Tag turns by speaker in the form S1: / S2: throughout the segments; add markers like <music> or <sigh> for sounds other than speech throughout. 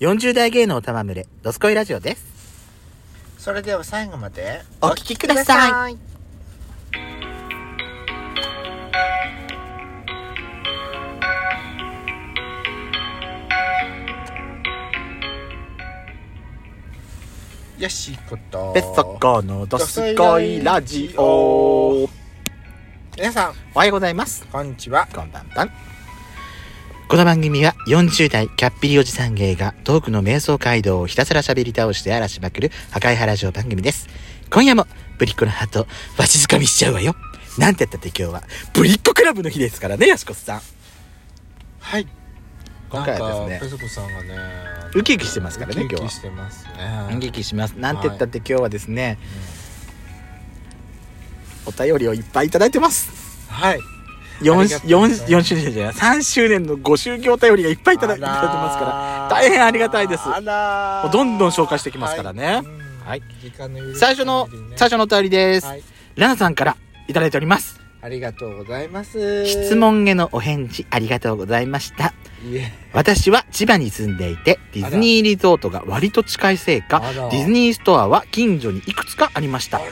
S1: 40代芸能おたまむれ、ドスコイラジオです。
S2: それでは最後まで
S1: お聞きくださ
S2: い。よしこと。
S1: ペッソコのドスコイラジオ。お
S2: 皆さん、
S1: はようございます。
S2: こんにちは。
S1: こんばんは。この番組は40代キャッピリおじさん芸がトークの瞑想街道をひたすら喋り倒して荒らしまくる破壊原城番組です。今夜もブリッコのハートわしづかみしちゃうわよ。なんて言ったって今日はブリッコクラブの日ですからね、やしこさん。
S2: はい。
S1: 今回はですね
S2: なんかペソコさんがね、
S1: ウキウキしてますからね
S2: ウキウ
S1: 今
S2: キ
S1: 日は
S2: してますね。
S1: 感激します。なんて言ったって今日はですね、お便りをいっぱいいただいてます。
S2: はい。ありがと
S1: 4,
S2: うございま
S1: 4,
S2: す
S1: 4周年じゃない3周年の5周期お便りがいっぱいいただいただいてますから
S2: ら
S1: 大変ありがたいです
S2: あら
S1: もうどんどん紹介していきますからねは
S2: はいい、時間の許す
S1: 最初の
S2: 限りね
S1: 最初のお便りです、
S2: はい、
S1: ラナさんからいただいております
S2: ありがとうございます
S1: 質問へのお返事ありがとうございました
S2: いえ
S1: 私は千葉に住んでいてディズニーリゾートが割と近いせいか
S2: あら
S1: ディズニーストアは近所にいくつかありました
S2: あら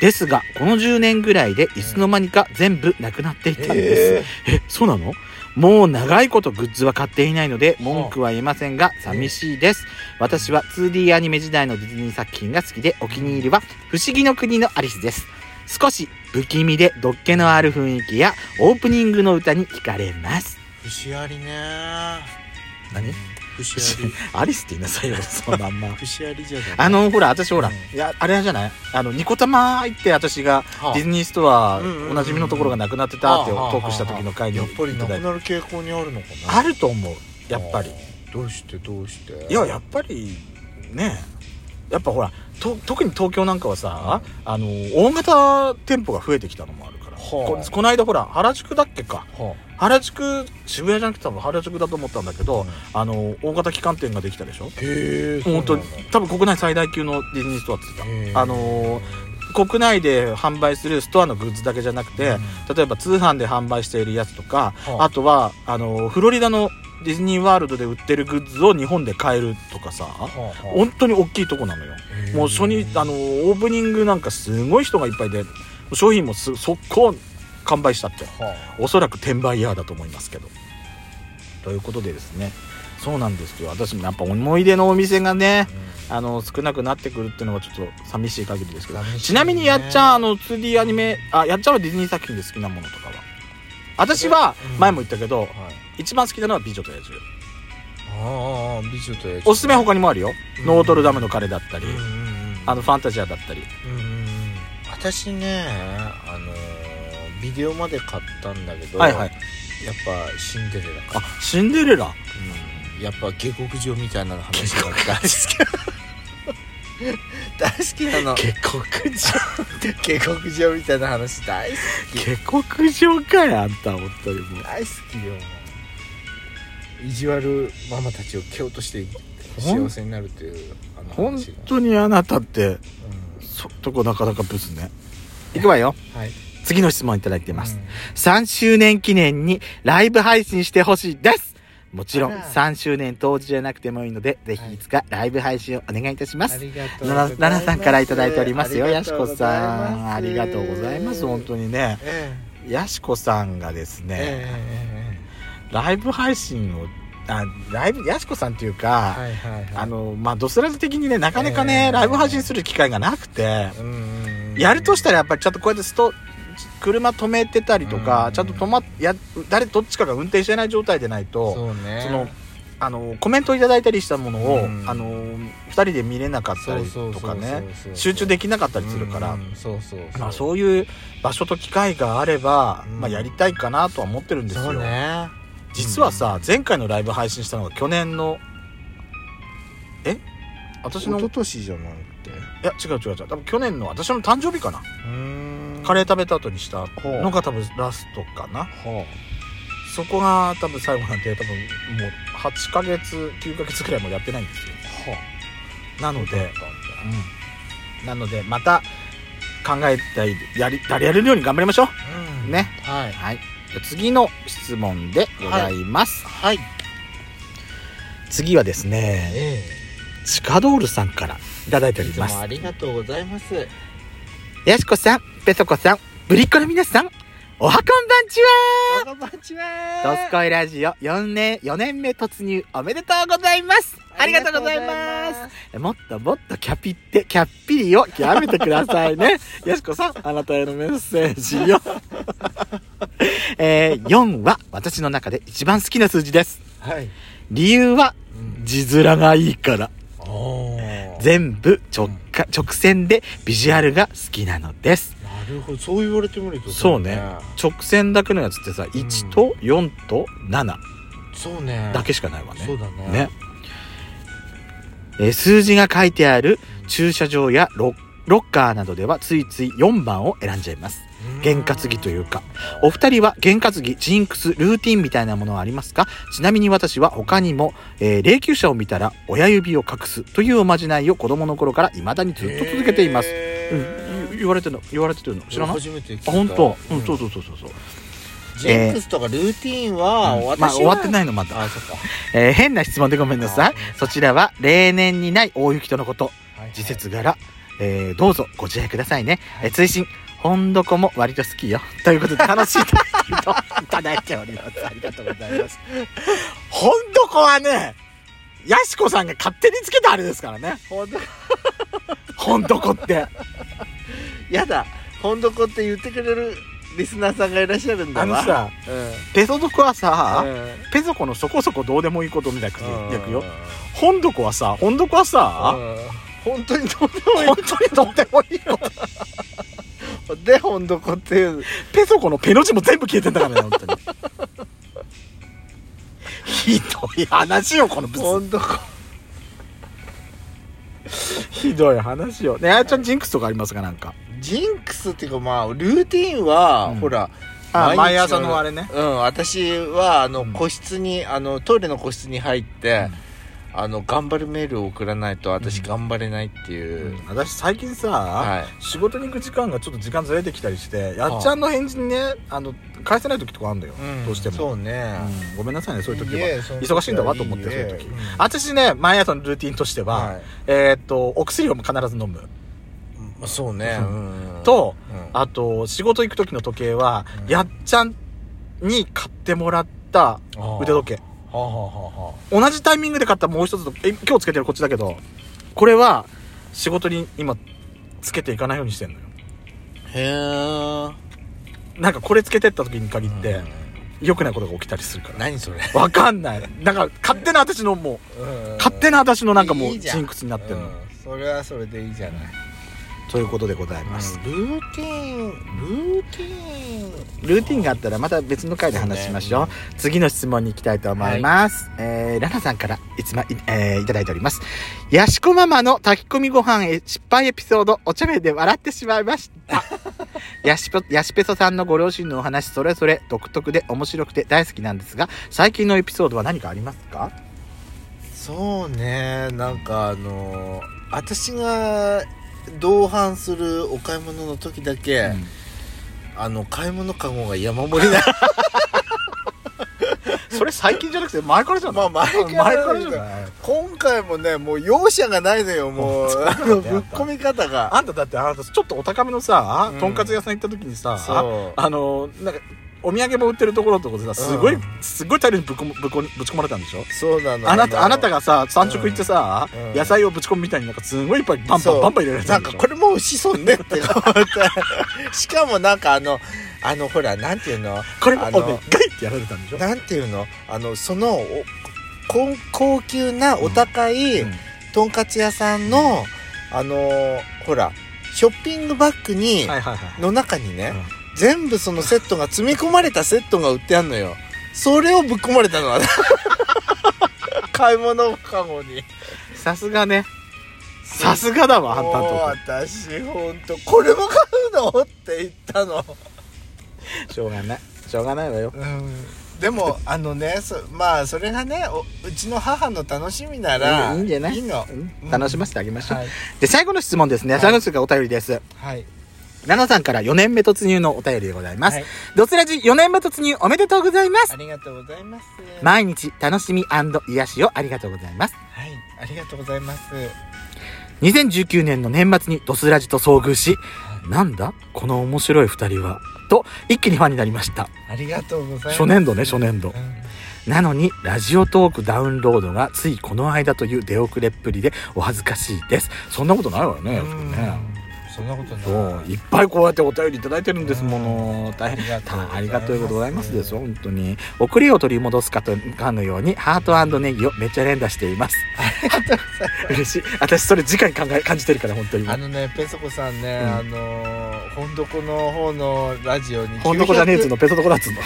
S1: ですがこの10年ぐらいでいつの間にか全部なくなっていたんです、
S2: え
S1: えそうなのもう長いことグッズは買っていないので文句は言えませんが寂しいです私は 2D アニメ時代のディズニー作品が好きでお気に入りは「不思議の国のアリス」です少し不気味でどっけのある雰囲気やオープニングの歌に惹かれます
S2: ー節ありね
S1: 何
S2: 節
S1: <laughs> ア
S2: あり
S1: リスって言いなさいよそのまんま
S2: 節ありじゃない
S1: あのほら私ほら、
S2: うん
S1: いやあれじゃないあのニコ玉行って私が
S2: はあ
S1: ディズニーストア
S2: うんうんうんうん
S1: おなじみのところがなくなってたって
S2: はあはあ
S1: トークした時の回に
S2: やっぱり
S1: いた
S2: な
S1: だ
S2: く
S1: いて
S2: なる傾向にあるのかな
S1: あると思うやっぱり
S2: あーどうしてどうして
S1: いややっぱりねやっぱほらと特に東京なんかはさ、あの大型店舗が増えてきたのもあるから、
S2: はあ
S1: ここの間ほら原宿だっけか
S2: は
S1: 原宿渋谷じゃなくて多分原宿だと思ったんだけど、
S2: うん
S1: あの大型旗艦店ができたでしょ
S2: あへえ
S1: 本当に多分国内最大級のディズニーストアって言ってたあのー国内で販売するストアのグッズだけじゃなくて、例えば通販で販売しているやつとか、
S2: はあ
S1: あとはあのフロリダのディズニーワールドで売ってるグッズを日本で買えるとかさ本当に大きいとこなのよもう初日あのオープニングなんかすごい人がいっぱいで商品もす速攻完売したっておそらく転売ヤーだと思いますけどということでですねそうなんですよ私もやっぱ思い出のお店がねあの少なくなってくるっていうのはちょっと寂しい限りですけど、
S2: 寂しいね
S1: ちなみにやっちゃんあの 2D アニメあやっちゃんはディズニー作品で好きなものとかは私は
S2: うん
S1: 前も言ったけど、
S2: はい
S1: 一番好きなのは「美女と野獣」
S2: ああ美女と野獣
S1: おすすめは他にもあるよ「
S2: うん
S1: ノートルダムの彼」だったり、
S2: うんうんうん
S1: あの「ファンタジア」だったり
S2: うんうんうん私ねあのービデオまで買ったんだけど、
S1: はいはい
S2: やっぱシンデレラか、
S1: あシンデレラ
S2: うん、やっぱ下克上みたいな話が大好
S1: <laughs>
S2: き大好きなの
S1: 下克上
S2: 下克上みたいな話大好き
S1: 下克上かよあんた本当にもう
S2: 大好きよ意地悪ママたちを蹴落として
S1: ほん
S2: 幸せになるっていうあの
S1: 本
S2: 話が、
S1: 当にあなたって
S2: う
S1: そとこなかなかブスねいくわよ
S2: ん、はい
S1: 次の質問いただいて
S2: 出
S1: ます、3周年記念にライブ配信してほしいですもちろん
S2: あら
S1: 3周年当時じゃなくてもいいのでぜひいつかライブ配信をお願いいたします、
S2: ありがとうござい
S1: 奈
S2: ます
S1: 々さんからいただいておりますよ
S2: あり
S1: や
S2: が
S1: し
S2: とう
S1: こ
S2: ございま
S1: さ
S2: す
S1: んありがとうございます本当にね
S2: え
S1: やしこさんがです
S2: ええ
S1: ね、
S2: え
S1: ライブ配信をあライブやしこさんっていうか、
S2: はいはいはい
S1: あのまあドスラジ的にねなかなかね、
S2: ええ
S1: ライブ配信する機会がなくて、
S2: うんうんうん
S1: やるとしたらやっぱりちゃんとこうやってスト車止めてたりとか、
S2: うん
S1: ちゃんと止まっや誰どっちかが運転してない状態でないと
S2: そうね
S1: そのあのコメントいただいたりしたものを、
S2: うん
S1: あの2人で見れなかったりとかね集中で
S2: き
S1: きなかったりするから、
S2: そうそうそう
S1: まあ、そういう場所と機会があれば、
S2: うん
S1: まあ、やりたいかなとは思ってるんです
S2: そ
S1: よ、
S2: うね
S1: 実はさ前回のライブ配信したのが去年のえ私のい
S2: 一昨年じゃなくて
S1: や違う違う違う多分去年の私の誕生日かな、
S2: うん
S1: カレー食べた後にした
S2: ほう
S1: のが多分ラストかな
S2: ほ
S1: そこが多分最後なんで多分もう8ヶ月9ヶ月くらいもうやってないんですよ
S2: う
S1: なので、
S2: ほ
S1: うん、なのでまた考えたいやりやれるように頑張りましょう
S2: う
S1: ね
S2: はい
S1: はいじゃあ次の質問でございます、
S2: はい
S1: 次はですね
S2: え
S1: シカドールさんからいただいてお
S2: え
S1: り
S2: いつ
S1: ます
S2: もありがとうございます
S1: やしこさんペソコさんぶりっ子の皆さんおはこんばんちは
S2: こんばんち
S1: ドスコイラジオ4年 ,4 年目突入おめでとうございますありがとうございますもっともっとキャピってキャッピリを極めてください <laughs> ねよしこさんあなたへのメッセー <laughs> ジよえー、4は私の中で一番好きな数字です
S2: はい
S1: 理由は字面がいいから
S2: おー
S1: 全部直か直線でビジュアルが好きなのです
S2: なるほどそう言われてみると
S1: そうね直線だけのやつってさ1と4と7
S2: そうね
S1: だけしかないわね
S2: そうだね
S1: ね、えー数字が書いてある駐車場やロロッカーなどではついつい4番を選んじゃいます
S2: うん
S1: 験担ぎというかお二人は験担ぎジンクスルーティンみたいなものはありますかちなみに私は他にも、えー霊柩車を見たら親指を隠すというおまじないを子供の頃から未だにずっと続けています、
S2: へ
S1: うん、言われてるの言われてるの
S2: ー
S1: 知らない
S2: 初めて聞い
S1: あ
S2: た
S1: 本当、うん
S2: ん
S1: そうそうそうそうそう
S2: ジンクスとかルーティーンは、
S1: うん
S2: 私は
S1: まあ終わってないのまだ
S2: あそっか
S1: えー変な質問でごめんなさい
S2: あ。
S1: そちらは例年にない大雪とのこと。時
S2: 節
S1: 節柄、えーどうぞご自愛くださいね。えー追伸、本床も割と好きよ。ということで楽しいといただいております。ありがとうございます。本床はね、やしこさんが勝手につけたあれですからね。
S2: ほんと
S1: 本床って。
S2: やだ本床って言ってくれるリスナーさんがいらっしゃるんだわ
S1: <laughs> あのさ、
S2: うん
S1: ペソ床はさ、
S2: うん
S1: ペソコのそこそこどうでもいいことみたいな感じでくよ。本床はさ、本床は
S2: あ
S1: さ、
S2: 本当にどうで
S1: 本当にとってもいいこと。
S2: も <laughs> で本床っていう
S1: ペソコのペの字も全部消えてんだ <laughs> からね、本当に。ひどい話よ、このブス。
S2: 本床
S1: ひどい話よ。ね、あやちゃんジンクスとかありますか、なんか。
S2: ジンクスっていうかまあルーティーンは、
S1: うん
S2: ほら
S1: あ
S2: 毎日
S1: 毎朝のあれね
S2: うん私はあの
S1: うん
S2: 個室に、あのトイレの個室に入って、あの頑張るメールを送らないと私
S1: うん
S2: 頑張れないっていう、
S1: 私、最近さ、
S2: はい
S1: 仕事に行く時間がちょっと時間ずれてきたりして、やっちゃんの返事にね、あの、返せない時とかあるんだよ、どうしても。
S2: そうね、
S1: うんごめんなさいね、そういう時
S2: いいえ
S1: は。
S2: その時は
S1: 忙しいんだわと思って、そういう
S2: い
S1: 時
S2: いえうん。
S1: 私ね、毎朝のルーティンとしては、
S2: はい
S1: えーっと、お薬を必ず飲む。
S2: まあ、そうね、
S1: う
S2: うん
S1: と、
S2: うん
S1: あと、仕事行く時の時計は、
S2: うん
S1: やっちゃんに買ってもらった腕時計。
S2: はあはあはあは
S1: 同じタイミングで買ったもう一つと、え今日つけてるこっちだけど、これは仕事に今つけていかないようにしてんのよ。
S2: あへ
S1: なんかこれつけてった時に限っ
S2: え
S1: て、良くないことが起きたりするから。
S2: 何それ、
S1: わかんない。なんか勝手な私のもう、勝手な私のなんかも
S2: いうい
S1: い
S2: じゃん
S1: ジンクスになってるの。
S2: うんそれはそれでいいじゃない、
S1: ということでございます。
S2: ルーティンルーティン
S1: ルーティンがあったらまた別の回で話しましょう、次の質問に行きたいと思います、えー、ラナさんからいつまい,、えーいただいておりますやしこママの炊き込みご飯へ失敗エピソードお茶目で笑ってしまいました <laughs> やしぽやしペソさんのご両親のお話それぞれ独特で面白くて大好きなんですが最近のエピソードは何かありますか
S2: そうねなんかあの私が同伴するお買い物の時だけ、
S1: うん
S2: あの買い物カゴが山
S1: <laughs>
S2: 盛りな
S1: それ最近じゃなくて前からじゃない、
S2: まあ前から
S1: 前からじゃない
S2: 今回もねもう容赦がないのよもう <laughs> あの
S1: ね
S2: ぶっ込み方が
S1: あんただってあなたちょっとお高めのさ、
S2: うん
S1: とんかつ屋さん行った時にさ
S2: そう
S1: あのなんかお土産も売ってるところのとこでさすごい、
S2: うん
S1: すごい大量にぶっこぶっこぶち込まれたんでしょ
S2: そうなの
S1: あなたあなた
S2: が
S1: がさ産直行ってさ、
S2: うん
S1: 野菜をぶち込むみたいになんかすごいいっぱいバンバンバンバン入れられて
S2: な
S1: た
S2: ん
S1: んで
S2: か
S1: しょ
S2: これもう子孫ねって思って <laughs> しかもなんかあのあのほらなんていうの
S1: これも
S2: あ
S1: おめ
S2: の
S1: ガイってやられたんでしょ
S2: なんていうのあのそのお高高級なお高い、
S1: うん
S2: とんかつ屋さんの、あのーほらショッピングバッグに、
S1: はいはいはい
S2: の中にね、
S1: うん
S2: 全部そのセットが積み込まれたセットが売ってあんのよそれをぶっ込まれたのは <laughs> 買い物かごに
S1: さすがねさすがだわあんたん
S2: もう
S1: と
S2: 私ほんとこれも買うのって言ったの
S1: こしょうがないしょうがないわよ
S2: でも <laughs> あのねそまあそれがねおうちの母の楽しみないら
S1: いいいんじゃない
S2: いの
S1: うん楽しませてあげましょう、
S2: はい
S1: で最後の質問ですね、
S2: い
S1: 最後の質問がお便りです
S2: はい
S1: 奈々さんから4年目突入のお便りでございます。
S2: はい
S1: どちらじ4年目突入おめでとうございます。
S2: ありがとうございます。はい、
S1: 毎日楽しみ癒しをありがとうございます。
S2: ありがとうございます。
S1: 2019年の年末にドスラジと遭遇し、なんだこの面白い二人は。と、一気にファンになりました。
S2: ありがとうございます。
S1: 初年度ね、初年度
S2: う。ん
S1: なのに、ラジオトークダウンロードがついこの間という出遅れっぷりでお恥ずかしいです。そんなことないわよね、
S2: うん
S1: ね。
S2: そんなことない。
S1: そう、いっぱいこうやってお便りいただいてるんですもの。大変
S2: あ
S1: ありがとうございますですよ、本当に。遅れを取り戻すかとかのように、ハートネギをめっちゃ連打しています。嬉しい。私、それ次回考え、感じてるから、本当に。
S2: あのね、ペソコさんね、
S1: うん
S2: あのー、本床の方のラジオに900、
S1: ほんのこじゃねえっつうの、ペソとこだっ <laughs> つうの。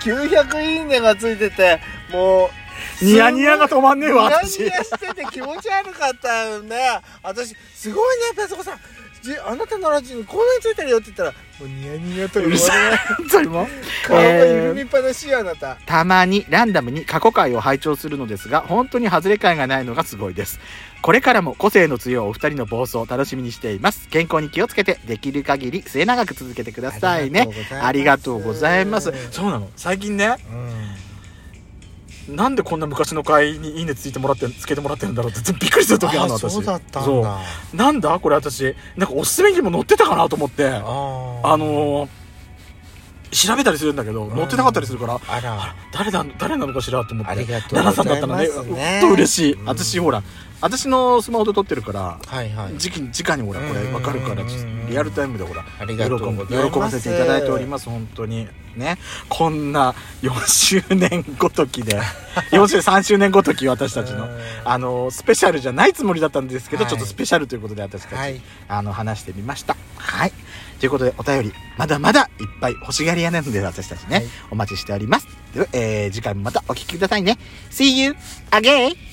S2: 900いいねがついてて、もう、
S1: ニヤニヤが止まんねえわ、
S2: 私。
S1: 私
S2: ニヤニ。ヤしてて気持ち悪かったよね。私、すごいね、ペソコさん。じあなたのラジオにこんなについてるよって言ったら、もうニヤニヤと言われない。
S1: 本当にもう
S2: 顔が緩みっぱなしよ、あなた。
S1: たまにランダムに過去回を拝聴するのですが本当に外れ感がないのがすごいですこれからも個性の強いお二人の暴走を楽しみにしています健康に気をつけてできる限り末永く続けてくださいねありがとうございますそうなの最近ね
S2: うん
S1: なんでこんな昔の回に「いいね」ついてもらってつけてもらってるんだろうってちょっとびっくりする時あるの
S2: あ
S1: 私
S2: そうだったんだ
S1: そうなんだこれ私なんかおすすめにも載ってたかなと思ってあ
S2: あー
S1: のー調べたりするんだけど
S2: うん
S1: 載ってなかったりするから
S2: あら
S1: 誰だ誰なのかしらと思って
S2: ありがとう
S1: 奈
S2: ご
S1: 々さん
S2: ざ
S1: だっ
S2: い
S1: たら
S2: ま
S1: ね
S2: すね
S1: うっと嬉しい
S2: うん
S1: 私ほら私のスマホで撮ってるから
S2: はいはい
S1: 時期直にほらこ
S2: うんうん
S1: れ
S2: うんうん
S1: わかるからちょっとリアルタイムでほら
S2: あり
S1: 喜
S2: がとうございます
S1: ぶ喜ばせていただいております本当にねこんな4周年ごとき
S2: <laughs>
S1: で4周3周年ごとき私たちの
S2: うん
S1: あのスペシャルじゃないつもりだったんですけど
S2: はい
S1: ちょっとスペシャルということで私た
S2: は
S1: ち
S2: い
S1: あの話してみましたはいということでお便りまだまだいっぱい欲しがり屋なので私たちね、
S2: はい
S1: お待ちしておりますでは、えー次回もまたお聞きくださいね See you again!